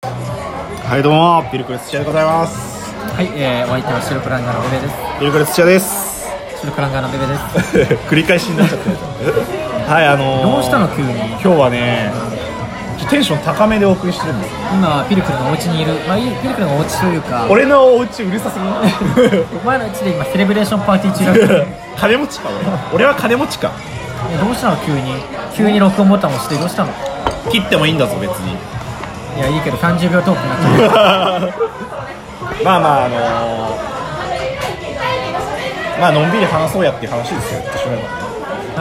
はいどうもビルクル土屋でございますはい、えー、お相手はシルプランガーのベベです。ビルクル土屋ですシルプランガーのベベです。 繰り返しになっちゃってる はいあのー、どうしたの急に。今日はねテンション高めでお送りしてるんです今ピルクルのお家にいる。まあいいピルクルのお家というか、俺のお家うるさ すぎるお前の家で今セレブレーションパーティー中だけ ど、金持ちか俺俺は金持ちかえどうしたの急に。急に録音ボタン押してどうしたの。い切ってもいいんだぞ別 にやいいけど30秒トークになっちゃう。まあまああのー、まあのんびり話そうやっていう話ですよ私は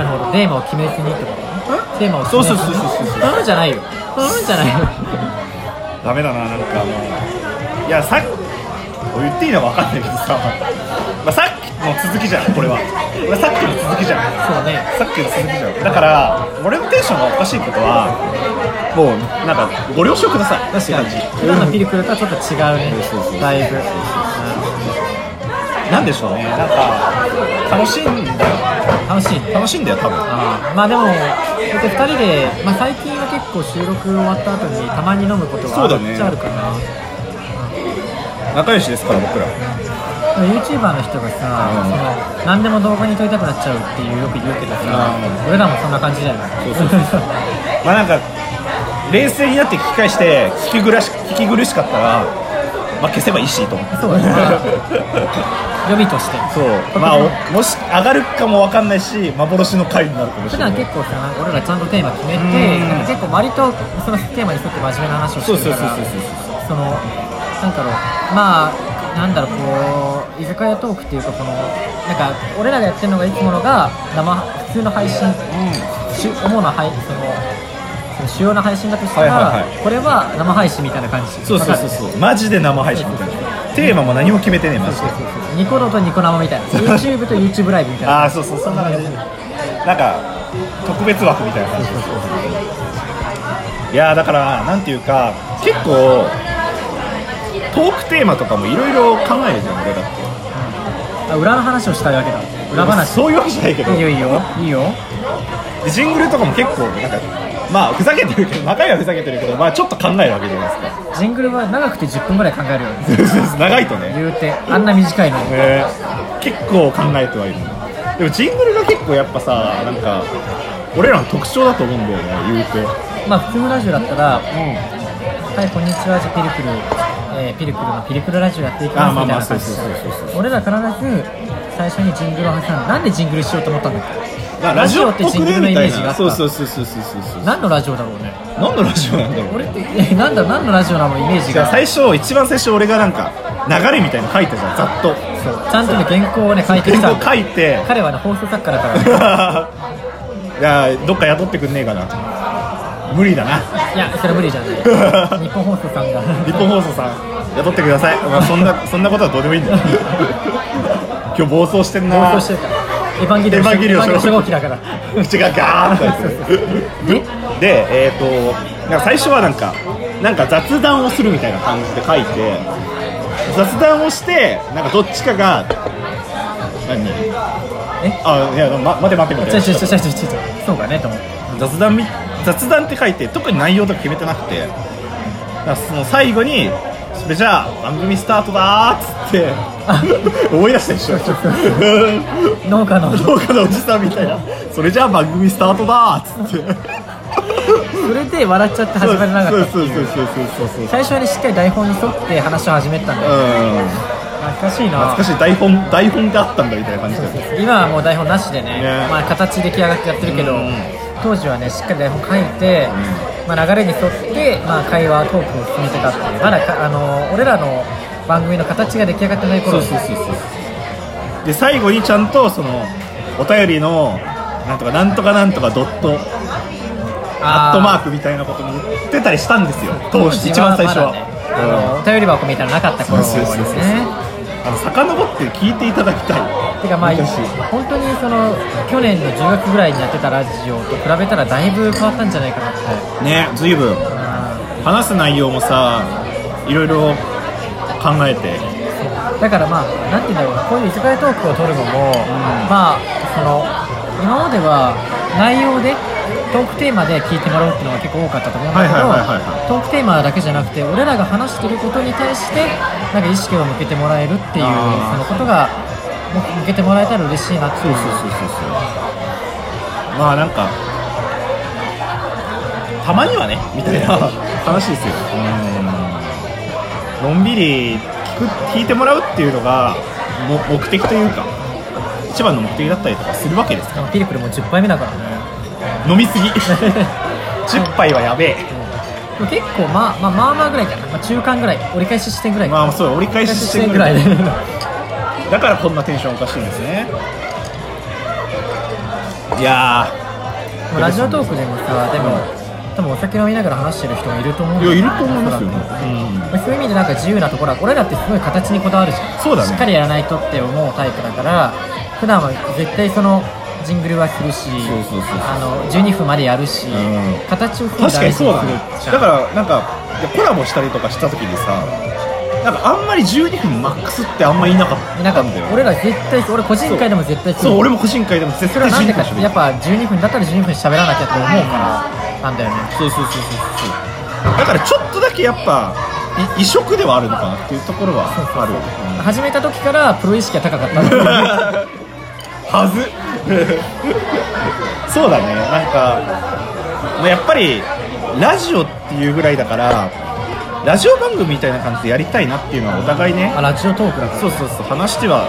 なるほど。テーマを決めずにってこと。テーマを決めずに。そうそうそうそうそううんじゃないよ。うんじゃ ないよ。ダメだななんかもういやさっき言っていいのか分かんないけどさ、まあ、さっきの続きじゃんこれはこれさっきの続きじゃんそうね。さっきの続きじゃんだから俺のテンションがおかしいことはもうなんかご了承ください確かに今のピルクルとはちょっと違うね。だいぶ。なんでしょうねなんか楽しいんだよ楽しいね。楽しいんだよ多分あーまあでも、だって2人で、まあ、最近は結構収録終わった後にたまに飲むことそうだがめねっちゃあるかな、仲良しですから僕らでも YouTuber の人がさ、うんその何でも動画に撮りたくなっちゃうっていうよく言うけどさ、う俺らもそんな感じだよねそうそうそうまあなんか冷静になって聞き返して聞きぐらし聞き苦しかったら、まあ、消せばいいしと思って そうだね 予備としてそう まあ おもし上がるかもわかんないし幻の回になるかもし普れな段い結構さ俺らちゃんとテーマ決めてうんなんか結構割とそのテーマに沿って真面目な話をしてるかそうそうそうそうらそのなんだろうまあなんだろうこう居酒屋トークっていうかこのなんか俺らがやってるのがいつものが生普通の配信主主な配そのその主要な配信だとしたら、はいはいはこれは生配信みたいな感じそうそうそうそうマジで生配信みたいなテーマも何も決めてねえマジでニコ動とニコ生みたいな YouTube と YouTube ライブみたいなああそうそうそんな感じなんか特別枠みたいな感じいやーだからなんていうか結構トークテーマとかもいろいろ考えるじゃん俺だってあ裏の話をしたいわけだ裏話そういうわけじゃないけどいいよいいよいいよでジングルとかも結構なんかまあふざけてるけど中身はふざけてるけどまあちょっと考えるわけじゃないですかジングルは長くて10分ぐらい考えるよね 長いとね言うてあんな短いのえー結構考えてはいるのでもジングルが結構やっぱさなんか俺らの特徴だと思うんだよね言うてまあ普通のラジオだったら「はいこんにちはじゃあピルクル、えーピルクルのピルクルラジオやっていきまあす」まあみたまいあなそう感そうじそうそう俺ら必ず最初にジングルを挟むなんでジングルしようと思ったんだっけラジオってジングルみたラジいオってジングルのイメージがあなったそうそうそうそうそうそうそう何のラジオだろうね何のラジオなんだろう俺ってえなんだ何のラジオなのイメー ジじゃがあ最初一番最初俺がなんか流れみたいなの書いたじゃんざっとそうちゃんとね原稿をね書いてきた原稿書いて 彼はね放送作家だから、ね、いやどっか雇ってくんねえかな無理だない やそれ無理じゃない日本放送さんが日本放送さん雇ってください、まあ、そんなそんなことはどうでもいいんだよ 今日暴走してんな放送してるからエヴァンゲリオンエヴァンゲリオン初号機だから口がガーンと開いてるでえっ、となんか最初はなんかなんか雑談をするみたいな感じで書いて雑談をしてなんかどっちかが何えあいや、ま、待て待てみたちょいいちょいちなょいちょいちょいちょいそうかねと思って雑談み雑談って書いて特に内容とか決めてなくてだからその最後にそれじゃあ番組スタートだーっつってあ思い出したでしょ農家の農家のおじさんみたいなそれじゃあ番組スタートだーっつってそれで笑っちゃって始まれなかったってそうそういそううそうそうそう最初はねしっかり台本に沿って話を始めたんだようん懐かしいな懐かしい台本台本であったんだみたいな感じだよね今はもう台本なしでねねまあ、形出来上がってやってるけど、うん当時はねしっかり台本書いて、まあ、流れに沿って、まあ、会話トークを進めてたっていうまだかあのー俺らの番組の形が出来上がってない頃そうそうで最後にちゃんとそのお便りのなんとかなんとかなんとかドットアットマークみたいなことも言ってたりしたんですよ当時一番最初は、まだねあのお便り箱みたいなのなかった頃ですそうそうそうそうねあの遡って聞いていただきたいてかまあ昔本当にその去年の10月ぐらいにやってたラジオと比べたらだいぶ変わったんじゃないかなってね随分う話す内容もさいろいろ考えてんだからまあなんて言うんだろうこういう居酒屋トークを取るのも、まあその今までは内容でトークテーマで聞いてもらうっていうのが結構多かったと思うんだけど、はいはいはいはいはトークテーマだけじゃなくて俺らが話してることに対してなんか意識を向けてもらえるっていうあーそのことがも向けてもらえたら嬉しいなってそういうそうそうそうそうまあなんかたまにはねみたいな話ですようんのんびり聞く聞いてもらうっていうのがも目的というか一番の目的だったりとかするわけですかあのピリクルもう10杯目だからねら飲み すぎ10杯はやべえでも結構まあまあまあまあぐらいかな、まあ、中間ぐらい折り返し地点ぐらいかなまあそう折り返しして折くり返るし地点ぐらいで だからこんなテンションおかしいんですねいやもうラジオトークでもさでも多分お酒飲みながら話してる人もいると思うんーだいよやいると思いますよおそらくね、まあそういう意味でなんか自由なところは俺らってすごい形にこだわるじゃんそうだねしっかりやらないとって思うタイプだから普段は絶対そのジングルはするしそうそうそうそうあの12分までやるし、ん形をうんする確かにそうだね大事にするじゃだんからなんかいやコラボしたりとかした時にさなんかあんまり12分マックスってあんまいなかったんなんかだよ俺ら絶対俺個人会でも絶対そう俺も個人会でも絶それ対はなんで12か分ってやっぱ12分だったら12分喋らなきゃって思うからなんだよねそうそうそうそうそうだからちょっとだけやっぱい異色ではあるのかなっていうところはあるうん始めた時からプロ意識が高かったはずそうだねなんかまあやっぱりラジオっていうぐらいだからラジオ番組みたいな感じでやりたいなっていうのはお互いねあラジオトークだからそうそうそう話しては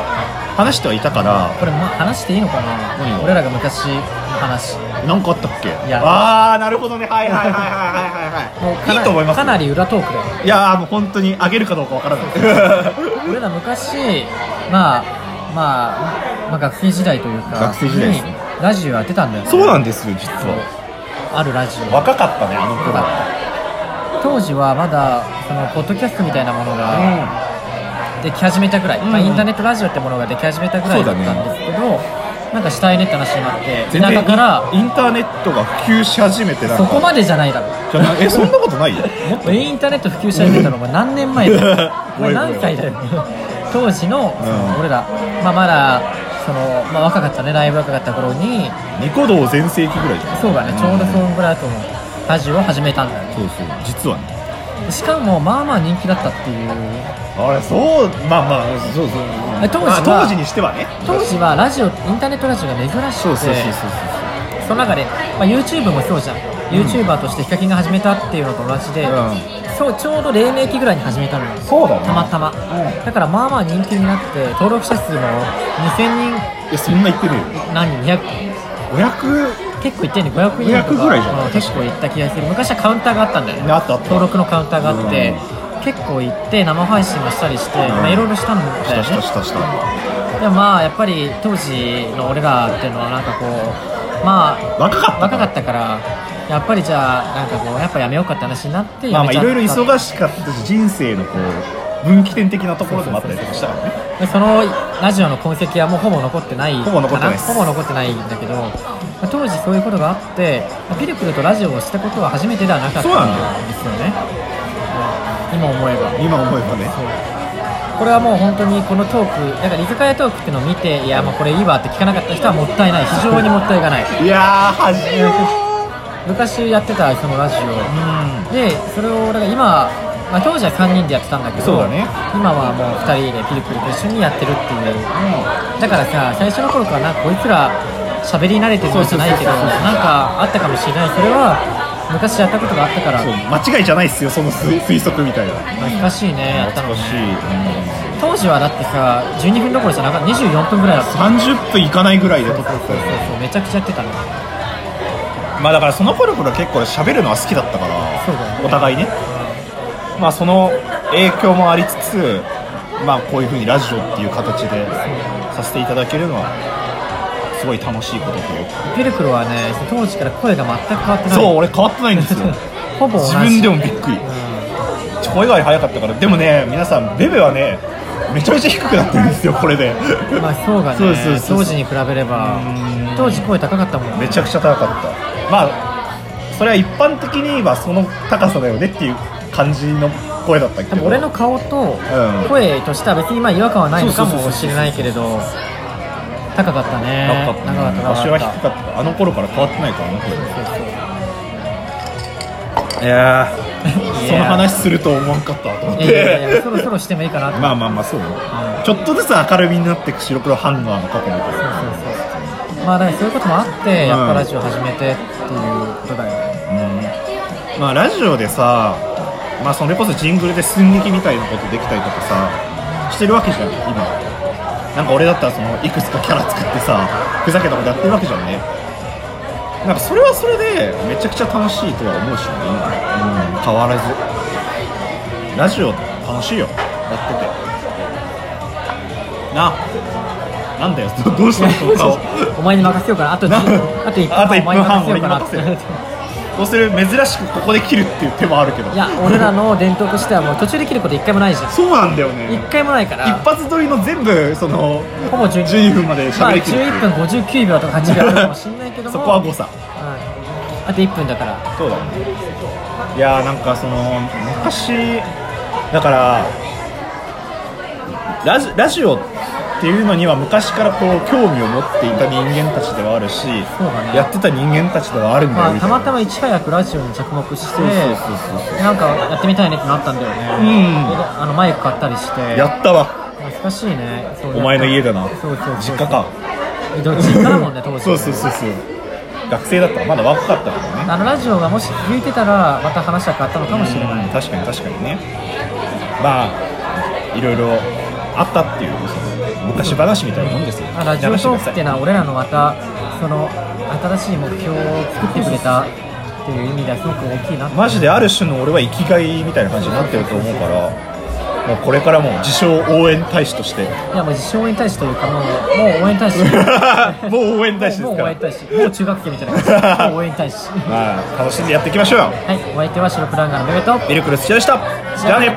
話してはいたからこれまあ話していいのかな、うん俺らが昔の話何かあったっけいやああなるほどねはいはいはいはいはいはいはかいないいと思いますかなり裏トークだよいやーもう本当にあげるかどうかわからない俺ら昔まあまあ、まあ、学生時代というか学生時代ですねにラジオやってたんだよねそうなんですよ実はあるラジオ若かったねあのよ頃かった当時はまだそのポッドキャストみたいなものができ始めたぐらい、まあ、うんインターネットラジオってものができ始めたぐらいだったんですけど、なんかしたいねって話になって全田舎然からインターネットが普及し始めてなんそかこまでじゃないだろじゃなえそんなことないよもっとインターネット普及し始めたのも何年前だよ ごめんごめん何歳だよ 当時のそうんの俺ら、まあ、まだその、まあ、若かったねだいぶ若かった頃にニコ動全盛期ぐらいじゃないそうだねちょうどそんのぐらいだと思うラジオを始めたんだよねそうそう実はねしかもまあまあ人気だったっていうあれそうまあまあそうそうえ当時はあ当時にしてはね当時はラジオインターネットラジオが珍しそうくそうそうそうてそその中で、まあ、YouTube もそうじゃん YouTuber としてヒカキンが始めたっていうのと同じで、うんそうちょうど黎明期ぐらいに始めたのよそうだねたまたま、んだからまあまあ人気になって登録者数も2000ういやそんな言ってるよ人何人200 500結構いってんね500人と500かぐらいじゃないうん結構いった気がする昔はカウンターがあったんだよねあったあった登録のカウンターがあって、結構行って生配信もしたりして、まあ、いろいろしたんだよねしたしたしたしたでもまあやっぱり当時の俺らっていうのはなんかこうまあ若かった若かったからやっぱりじゃあなんかこうやっぱやめようかって話になってまあまあいろいろし忙しかったし人生のこう分岐点的なところでもあったりとかしたからねいそのラジオの痕跡はもうほぼ残ってないほぼ残ってないですかほぼ残ってないんだけど、まあ当時そういうことがあって、まあピルクルとラジオをしたことは初めてではなかったそうなんだんですよねうん今思えば今思えばねこれはもう本当にこのトークだから居酒屋トークっていうのを見ていやもうこれいいわって聞かなかった人はもったいない非常にもったいがないいやー恥よ昔やってたそのラジオ、うんでそれを俺が今、まあ、当時は3人でやってたんだけそどうだね今はもう2人でピルクルと一緒にやってるっていう、だからさ最初の頃からなんかこいつら喋り慣れてるんじゃないけどそうそうそうそうなんかあったかもしれないそれは昔やったことがあったからそう間違いじゃないっすよその推推測みたいな懐かしいねやったの懐かしい、ね当時はだってさ12分どころじゃなかった24分ぐらいだった30分いかないぐらいで撮ってたそうよそうそうめちゃくちゃやってたのまあだからその頃から結構喋るのは好きだったからそうだよおね互いねまあその影響もありつつまあこういうふうにラジオっていう形でさせていただけるのはすごい楽しいことというかピルクルはね当時から声が全く変わってないそう俺変わってないん ですよほぼ同じ自分でもびっくり声が早かったからでもね皆さんベベはねめちゃめちゃ低くなってるんですよこれで まあそうがねそうそうそう当時に比べれば当時声高かったもんねめちゃくちゃ高かったまあそれは一般的にはその高さだよねっていう感じの声だったけ多分ど俺の顔とうん声としては別にまあ違和感はないのかそうそうそうもそうしれないけれど高かったね高かったね高かった昔高かはっ低たかったあの頃から変わってないからねこれそうそういやいやーーその話すると思わんかったわと思っいやいやいてやそろそろしてもいいかなとまあまあまあそうねちょっとずつ明るみになってく白黒ハンガーの過去みたいなそうそうそうまあだからそういうこともあって、うんやっぱラジオ始めてっていうことだよねうんまあラジオでさまあそれこそジングルで寸劇みたいなことできたりとかさしてるわけじゃん今なんか俺だったらそのいくつかキャラ作ってさふざけたことやってるわけじゃんねなんかそれはそれでめちゃくちゃ楽しいとは思うしね、うん、変わらずラジオ楽しいよやっててななんだよどどうしたのその顔お前に任せようかなあとじなあと1分あと一半お前分に半任せようかなって俺に任どうする珍しくここで切るっていう手もあるけどいや俺らの伝統としてはもう途中で切ること1回もないじゃんそうなんだよね1回もないか一ら発撮りの全部そのほぼ12 12分までまあ喋りきるっていう11分59秒とか8秒あるかもしんないけどもそこは誤差うんあと1分だからそうだねいやーなんかその昔だからラジラジオっていうのには昔からこう興味を持っていた人間たちではあるし、そうだねやってた人間たちではあるんだよ、まあたまたままいち早くラジオに着目しそうそてうそうそうなんかやってみたいねってなったんだよねうんであのマイク買ったりしてやったわ懐かしいねそうお前の家だなそうそうそう実家かどっちかだもん ね当時そうそうそうそう学生だったまだ若かったからねあのラジオがもし向いてたらまた話は変わったのかもしれない、うん確かに確かにねまあいろいろあったっていうその昔話みたいなもんですよまあラジオ流トしてくだークさっいてのは俺らのまたその新しい目標を作ってくれたっていう意味ではすごく大きいなってマジである種の俺は生きがいみたいな感じになってると思うからもうこれからも自称応援大使と していやもう自称応援大使というかもうもう応援大使 もう応援大使でもすうか応援ら大使もう中学生みたいな感じもう応援大使はまあ楽しんでやっていきましょうよいお相手は白プランガーのベベとミルクル土屋でしたじゃあね